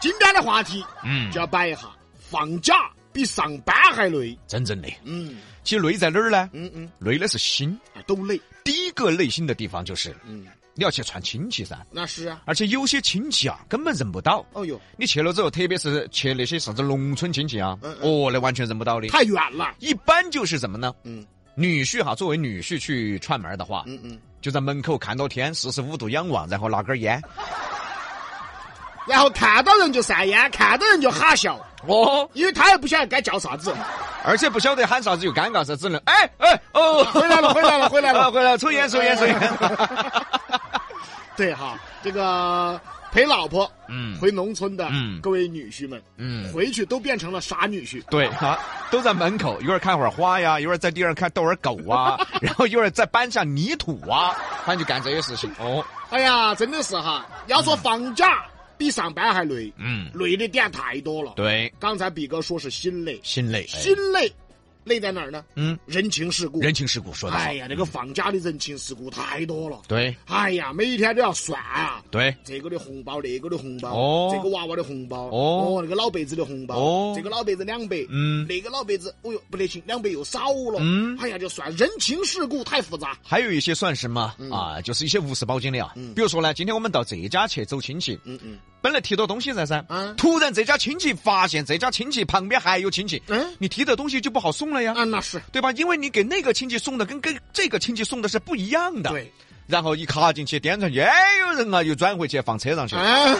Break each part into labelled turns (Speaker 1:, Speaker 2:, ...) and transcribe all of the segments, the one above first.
Speaker 1: 今天的话题
Speaker 2: 嗯
Speaker 1: 就要摆一下，放假比上班还累。
Speaker 2: 真正累。
Speaker 1: 嗯
Speaker 2: 其实累在哪儿呢？
Speaker 1: 嗯嗯，
Speaker 2: 累的是心。
Speaker 1: 啊都累。
Speaker 2: 第一个累心的地方就是
Speaker 1: 嗯，
Speaker 2: 你要去串亲戚噻，
Speaker 1: 那是啊。
Speaker 2: 而且有些亲戚啊根本认不到。
Speaker 1: 哦哟，
Speaker 2: 你去了之后，特别是去那些啥子农村亲戚啊，
Speaker 1: 嗯嗯
Speaker 2: 哦，那完全认不到的。
Speaker 1: 太远了。
Speaker 2: 一般就是什么呢？
Speaker 1: 嗯
Speaker 2: 女婿哈，作为女婿去串门的话，
Speaker 1: 嗯嗯，
Speaker 2: 就在门口看到天，四十五度仰望，然后拿根烟。
Speaker 1: 然后看到人就散烟，看到人就哈笑，
Speaker 2: 哦，
Speaker 1: 因为他也不晓得该叫啥 子。
Speaker 2: 而且不晓得喊啥子就尴尬噻，只能哎哎哦，
Speaker 1: 回来了回来了回来了哎
Speaker 2: 啊 回来了，抽烟抽烟抽烟。
Speaker 1: 对哈，这个陪老婆
Speaker 2: 嗯
Speaker 1: 回农村的
Speaker 2: 嗯
Speaker 1: 各位女婿们，
Speaker 2: 嗯，
Speaker 1: 回去都变成了傻女婿。
Speaker 2: 对啊，都在门口，一会儿看会儿花呀，一会儿在地上看逗会儿狗 啊，然后一会儿再搬下泥土啊，反正就干这些事情。哦，
Speaker 1: 哎呀，真的是哈，要说放假比上班还累，
Speaker 2: 嗯，
Speaker 1: 累的点太多了。
Speaker 2: 对，
Speaker 1: 刚才比哥说是心累，
Speaker 2: 心累，哎
Speaker 1: 心累，累在哪儿呢？
Speaker 2: 嗯，
Speaker 1: 人情世故。
Speaker 2: 人情世故说的好嗯
Speaker 1: 哎。呀，这个放假的人情世故太多了。
Speaker 2: 对
Speaker 1: 哎呀，每天都要算啊。
Speaker 2: 对，
Speaker 1: 这个的红包，那个的红包，
Speaker 2: 哦
Speaker 1: 这个娃娃的红包，
Speaker 2: 哦
Speaker 1: 那个老辈子的红包，
Speaker 2: 哦
Speaker 1: 这个老辈子两百，
Speaker 2: 嗯
Speaker 1: 那个老辈子，哦哟，不得行，两百又少了，
Speaker 2: 嗯
Speaker 1: 哎呀，就算人情世故太复杂，
Speaker 2: 还有一些算什么啊？就是一些无事包经的啊
Speaker 1: 嗯。
Speaker 2: 比如说呢，今天我们到这家去走亲戚，
Speaker 1: 嗯嗯
Speaker 2: 本来提到东西在噻，
Speaker 1: 啊
Speaker 2: 突然这家亲戚发现这家亲戚旁边还有亲戚，
Speaker 1: 嗯
Speaker 2: 你提的东西就不好送了呀，
Speaker 1: 啊，那是
Speaker 2: 对吧？因为你给那个亲戚送的跟跟这个亲戚送的是不一样的。
Speaker 1: 对，
Speaker 2: 然后一卡进去，颠上去，哎，有人啊，又转回去放车上去，
Speaker 1: 啊，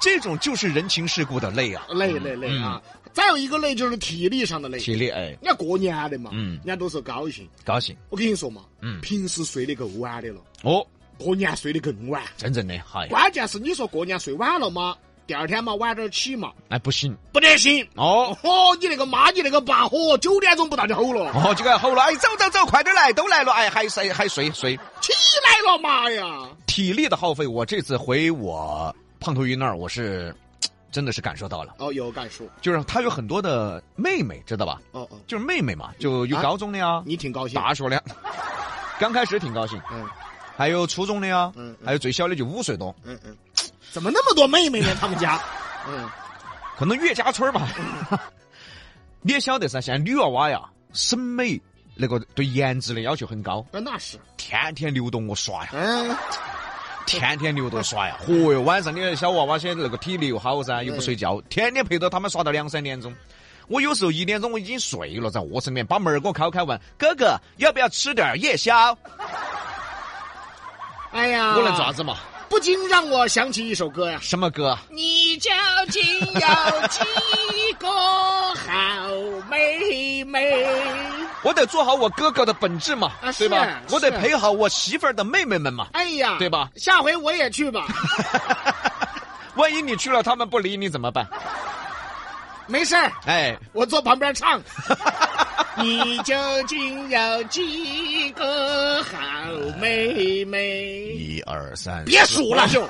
Speaker 2: 这种就是人情世故的累啊，
Speaker 1: 累累累
Speaker 2: 嗯
Speaker 1: 啊，再有一个累就是体力上的累，
Speaker 2: 体力哎，
Speaker 1: 人家过年的嘛，
Speaker 2: 嗯
Speaker 1: 人家都是高兴，
Speaker 2: 高兴
Speaker 1: 我跟你说嘛，
Speaker 2: 嗯
Speaker 1: 平时睡得够晚的了，
Speaker 2: 哦，
Speaker 1: 过年睡得更晚，
Speaker 2: 真正的嗨，
Speaker 1: 关键是你说过年睡晚了嘛，第二天嘛晚点起嘛，
Speaker 2: 哎不行
Speaker 1: 不得行。
Speaker 2: 哦。
Speaker 1: 哦，你那个妈，你那个爸，嚯、九点钟不到就吼了，
Speaker 2: 哦，这个好了，哎，走走走，快点来，都来了，哎，还睡还睡睡。
Speaker 1: 起来了，妈呀！
Speaker 2: 体力的耗费，我这次回我胖头鱼那儿，我是真的是感受到了，
Speaker 1: 哦，有感受，
Speaker 2: 就是他有很多的妹妹，知道吧？
Speaker 1: 哦哦，
Speaker 2: 就是妹妹嘛，就有
Speaker 1: 啊
Speaker 2: 高中的呀，
Speaker 1: 你挺高兴，
Speaker 2: 大学的呀，刚开始挺高兴，
Speaker 1: 嗯
Speaker 2: 还有初中的呀，
Speaker 1: 嗯嗯
Speaker 2: 还有最小的就五岁多，
Speaker 1: 嗯嗯，怎么那么多妹妹呢？他们 家，嗯，
Speaker 2: 可能岳家村儿吧。 你也晓得噻，现在女娃娃呀，审美那个对颜值的要求很高，
Speaker 1: 那那是，
Speaker 2: 天天流动我刷呀，
Speaker 1: 嗯，
Speaker 2: 天天流动 刷呀。嚯哟，晚上你那小娃娃些那个体力又好噻，又不睡觉，天天陪着他们刷到两三点钟。我有时候一点钟我已经睡了，在卧室里面把门儿给我敲开问哥哥要不要吃点儿夜宵？
Speaker 1: 哎呀，
Speaker 2: 我能咋？子嘛？
Speaker 1: 不禁让我想起一首歌呀，
Speaker 2: 什么歌？
Speaker 1: 你究竟有几个好妹妹？
Speaker 2: 我得做好我哥哥的本质嘛，
Speaker 1: 啊
Speaker 2: 对吧？
Speaker 1: 是
Speaker 2: 我得
Speaker 1: 是
Speaker 2: 陪好我媳妇儿的妹妹们嘛。
Speaker 1: 哎呀，
Speaker 2: 对吧
Speaker 1: 下回我也去 吧，
Speaker 2: 万一你去了，他们不理你怎么办？
Speaker 1: 没事儿，
Speaker 2: 哎，
Speaker 1: 我坐旁边唱。你究竟有几个好妹妹？
Speaker 2: 一二三，
Speaker 1: 别数了 就，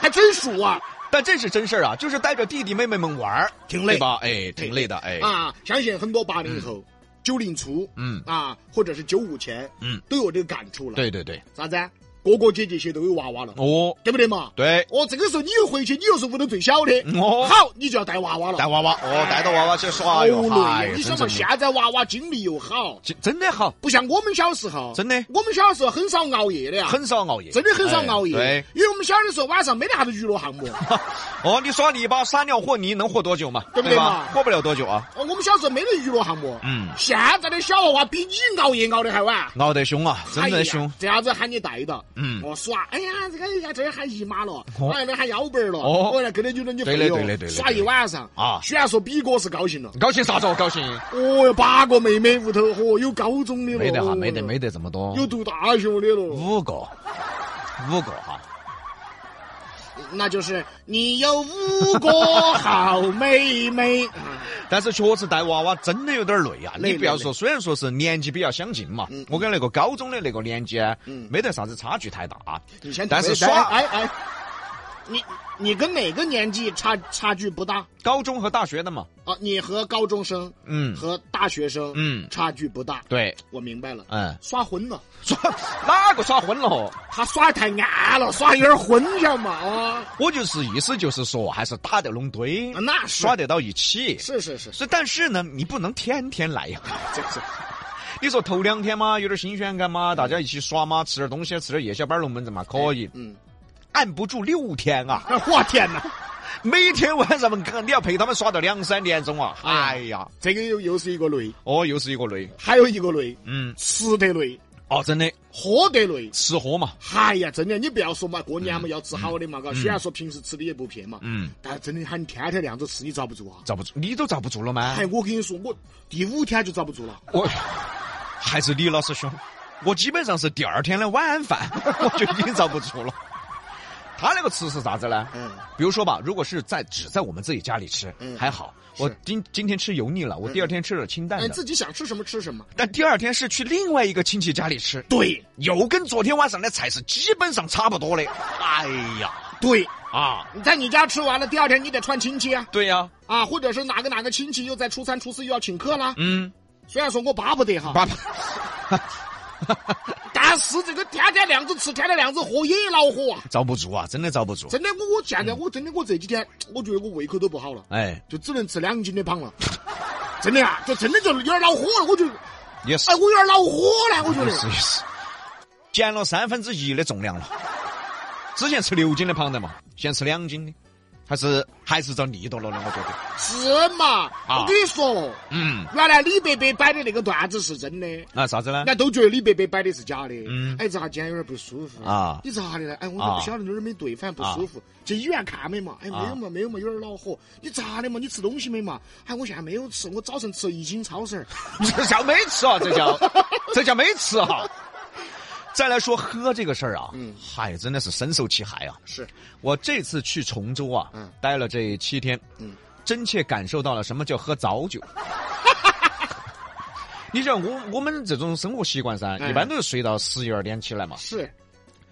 Speaker 1: 还真数啊
Speaker 2: 但这是真事儿啊，就是带着弟弟妹妹们玩儿，
Speaker 1: 挺累
Speaker 2: 对吧？哎，挺累的，哎，
Speaker 1: 啊！相信很多八零后、九零初，
Speaker 2: 嗯
Speaker 1: 啊，或者是九五前，
Speaker 2: 嗯，
Speaker 1: 都有这个感触了。，
Speaker 2: 对对对，
Speaker 1: 啥子啊？哥哥姐姐些都有娃娃了，
Speaker 2: 哦，
Speaker 1: 对不对嘛？
Speaker 2: 对，
Speaker 1: 哦，这个时候你又回去，你又是屋头最小的，
Speaker 2: 哦
Speaker 1: 好，你就要带娃娃哦了
Speaker 2: 带。娃娃，哦，带着娃娃去耍，哎
Speaker 1: 好
Speaker 2: 呦，
Speaker 1: 累
Speaker 2: 嗨
Speaker 1: 呀！你想嘛，
Speaker 2: 真
Speaker 1: 现
Speaker 2: 正的
Speaker 1: 在娃娃精力又好，
Speaker 2: 真真的好，
Speaker 1: 不像我们小时候，
Speaker 2: 真的
Speaker 1: 我们小时候很少熬夜的呀，
Speaker 2: 很哦少熬夜，
Speaker 1: 真的很少熬夜，
Speaker 2: 哎
Speaker 1: 因为我们小的时候晚上没得啥子娱乐 项目。
Speaker 2: 对， 哦，你耍泥巴、撒尿和泥能和多久嘛？
Speaker 1: 对不对
Speaker 2: 吧
Speaker 1: 嘛？
Speaker 2: 活不了多久啊，
Speaker 1: 哦，我们小时候没得娱乐项目。
Speaker 2: 嗯
Speaker 1: 现在的小娃娃比你熬夜熬得还晚。
Speaker 2: 熬得凶啊， 真
Speaker 1: 哎呀
Speaker 2: 的凶，
Speaker 1: 这下子喊你带到，
Speaker 2: 嗯
Speaker 1: 我耍，哎呀，这个呀，这儿喊姨妈了，
Speaker 2: 哦
Speaker 1: 哎呀，那喊幺妹儿了，
Speaker 2: 哦
Speaker 1: 我来跟着你你
Speaker 2: 对
Speaker 1: 的
Speaker 2: 的对的对的
Speaker 1: 哦耍一晚上
Speaker 2: 啊
Speaker 1: 虽然说比哥是高兴了，
Speaker 2: 高兴啥子？哦，高兴，
Speaker 1: 哦哟，八个妹妹屋头，嚯，有高中的了，
Speaker 2: 没得哈，
Speaker 1: 哦
Speaker 2: 没得没，得这么多，
Speaker 1: 有读大学的了，
Speaker 2: 五个，五个哈，
Speaker 1: 那就是你有五个好妹妹，
Speaker 2: 但是确实带娃娃真的有点累啊！
Speaker 1: 累
Speaker 2: 你不要说，虽然说是年纪比较相近嘛，我跟那个高中的那个年纪啊
Speaker 1: 嗯
Speaker 2: 没得啥子差距太大。啊
Speaker 1: 你先
Speaker 2: 但是
Speaker 1: 等
Speaker 2: 耍
Speaker 1: 哎哎，你你跟哪个年纪差差距不大
Speaker 2: 高中和大学的嘛，
Speaker 1: 啊？你和高中生
Speaker 2: 嗯
Speaker 1: 和大学生
Speaker 2: 嗯
Speaker 1: 差距不大。
Speaker 2: 对，
Speaker 1: 我明白了，
Speaker 2: 嗯，
Speaker 1: 耍混了，
Speaker 2: 耍哪个耍昏了？
Speaker 1: 他耍太暗了，耍有点混晓嘛啊，
Speaker 2: 我就是意思就是说，还是打得拢堆，
Speaker 1: 那是
Speaker 2: 耍得到一起。
Speaker 1: 是是是是，
Speaker 2: 所以但是呢，你不能天天来呀、
Speaker 1: 这是
Speaker 2: 你说头两天嘛，有点新鲜感嘛，大家一起耍嘛，吃点东西，吃点夜宵板龙门阵嘛，可以。
Speaker 1: 嗯，
Speaker 2: 按不住六天啊，
Speaker 1: 啊我天哪！
Speaker 2: 每天晚上嘛你要陪他们耍到两三点钟啊，哎呀，
Speaker 1: 这个又又是一个累，
Speaker 2: 哦，又是一个累。
Speaker 1: 还有一个累，
Speaker 2: 嗯，
Speaker 1: 吃得累，
Speaker 2: 哦，真的
Speaker 1: 喝得累。
Speaker 2: 吃喝嘛，
Speaker 1: 哎呀，真的，你不要说嘛，过年嘛要吃好的嘛，嘎、虽然说平时吃的也不撇嘛，
Speaker 2: 嗯，
Speaker 1: 但真的喊你天天那样子吃，你遭不住啊！
Speaker 2: 遭不住，你都遭不住了吗
Speaker 1: 哎，？我跟你说，我第五天就遭不住了。
Speaker 2: 我还是李老师兄，我基本上是第二天的晚饭， 我就已经遭不住了。他那个吃是啥子呢？
Speaker 1: 嗯，
Speaker 2: 比如说吧，如果是在只在我们自己家里吃，
Speaker 1: 嗯
Speaker 2: 还好。我今今天吃油腻了，我第二天吃点清淡
Speaker 1: 哎，
Speaker 2: 的。
Speaker 1: 自己想吃什么吃什么。
Speaker 2: 但第二天是去另外一个亲戚家里吃，
Speaker 1: 对
Speaker 2: 又跟昨天晚上的菜是基本上差不多的。哎呀，
Speaker 1: 对，
Speaker 2: 啊，
Speaker 1: 你在你家吃完了，第二天你得串亲戚啊，
Speaker 2: 对呀、
Speaker 1: 啊，或者是哪个哪个亲戚又在初三初四又要请客啦。
Speaker 2: 嗯，
Speaker 1: 虽然说我巴不得哈，
Speaker 2: 爸爸，
Speaker 1: 但是这个天天那样子吃，天天那样子喝也恼火啊！
Speaker 2: 遭不住啊，真的遭不住。
Speaker 1: 真的，我我现在我真的我这几天，我觉得我胃口都不好了，
Speaker 2: 哎，
Speaker 1: 就只能吃两斤的胖了。 真的啊，就真的就有点恼火了，我就哎，
Speaker 2: 也是。
Speaker 1: 我有点恼火了，我觉
Speaker 2: 也是
Speaker 1: 得。
Speaker 2: 也是，减了三分之一的重量了。之前吃六斤的胖的嘛，现在吃两斤的，还是还是遭逆到了呢，我觉得。
Speaker 1: 是嘛？
Speaker 2: 啊
Speaker 1: 我跟你说，哦
Speaker 2: 嗯，
Speaker 1: 原来李伯伯摆的那个段子是真的，
Speaker 2: 那啥子呢
Speaker 1: 人？家都觉得李伯伯摆的是假的。
Speaker 2: 嗯
Speaker 1: 哎，咋今天有点不舒服
Speaker 2: 啊
Speaker 1: 你咋的了？哎，我
Speaker 2: 啊
Speaker 1: 都不晓得有点没对，反正不舒服。去医院看没嘛？哎，没有
Speaker 2: 啊
Speaker 1: 嘛，没有嘛，有点恼火。你咋的嘛？你吃东西没嘛？哎，我现在没有吃，我早晨吃了一斤超 市儿。
Speaker 2: 这叫没吃啊，这叫这叫没吃啊。再来说喝这个事儿啊，
Speaker 1: 嗯
Speaker 2: 嗨，真的是深受其害啊。
Speaker 1: 是，
Speaker 2: 我这次去崇州啊，
Speaker 1: 嗯
Speaker 2: 待了这七天，
Speaker 1: 嗯
Speaker 2: 真切感受到了什么叫喝 早酒。你想我我们这种生活习惯噻，
Speaker 1: 嗯
Speaker 2: 一般都是睡到十一二点起来嘛，
Speaker 1: 是，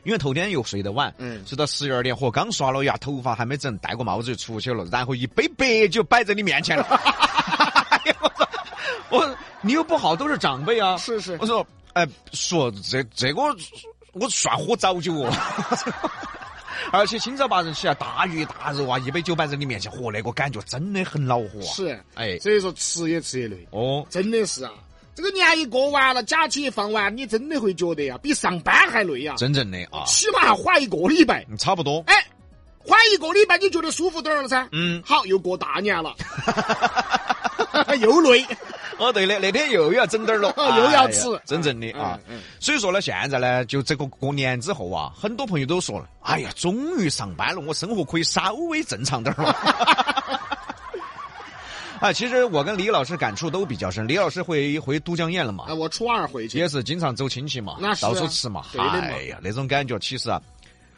Speaker 2: 因为头天又睡得晚，
Speaker 1: 嗯
Speaker 2: 睡到十一二点，嚯，刚刷了牙，头发还没整，戴个帽子就出去了，然后一杯白酒摆在你面前了， 哎呀我说 我你又不好，都是长辈啊，
Speaker 1: 是是
Speaker 2: 我说，哎，说这这个我算喝早酒哦。 而且清早八晨起来，大鱼大肉啊，一杯酒摆在你面前，嚯，那个感觉真的很恼火啊！，
Speaker 1: 是，
Speaker 2: 哎，
Speaker 1: 所以说吃也吃也累，
Speaker 2: 哦，
Speaker 1: 真的是啊。这个年一过完了，假期一放完，你真的会觉得呀、比上班还累呀、
Speaker 2: 真正的啊，
Speaker 1: 起码还花一个礼拜。
Speaker 2: 嗯差不多，
Speaker 1: 哎，花一个礼拜你觉得舒服点儿了噻？
Speaker 2: 嗯，
Speaker 1: 好，又过大年了， 又累。，
Speaker 2: 哦，对的，那天又要整点儿了
Speaker 1: 又要吃
Speaker 2: 哎呀真正的啊
Speaker 1: 嗯嗯。
Speaker 2: 所以说呢，现在呢，就这个过年之后啊，很多朋友都说了，哎呀，终于上班了，我生活可以稍微正常 点儿了。啊，其实我跟李老师感触都比较深，李老师回回都江堰了嘛
Speaker 1: 啊，，我初二回去
Speaker 2: 也，是经常走亲戚嘛，
Speaker 1: 那是啊
Speaker 2: 到处吃嘛，
Speaker 1: 对的嘛
Speaker 2: 哎呀，那种感觉其实啊，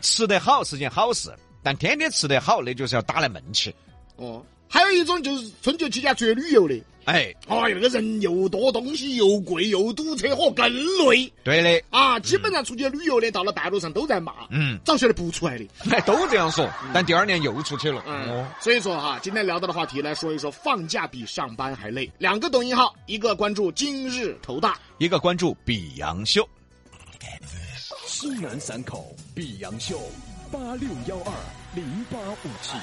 Speaker 2: 吃得好是件好事，但天天吃得好，那就是要打来闷气。
Speaker 1: 哦，还有一种就是春节期间出去旅游的，
Speaker 2: 哎，
Speaker 1: 哎呀，那个人又多，东西又贵，又堵车，嚯，更累
Speaker 2: 对的，
Speaker 1: 啊！基本上出去旅游的，到了半路上都在骂，
Speaker 2: 嗯，
Speaker 1: 早晓得不出来的。
Speaker 2: 哎，都这样说，但第二年又出去了。
Speaker 1: 嗯
Speaker 2: 哦，
Speaker 1: 所以说哈，今天聊到的话题来说一说，放假比上班还累。两个抖音号，一个关注今日头大，
Speaker 2: 一个关注比洋秀。
Speaker 3: 西南散口碧阳秀八六幺二零八五七。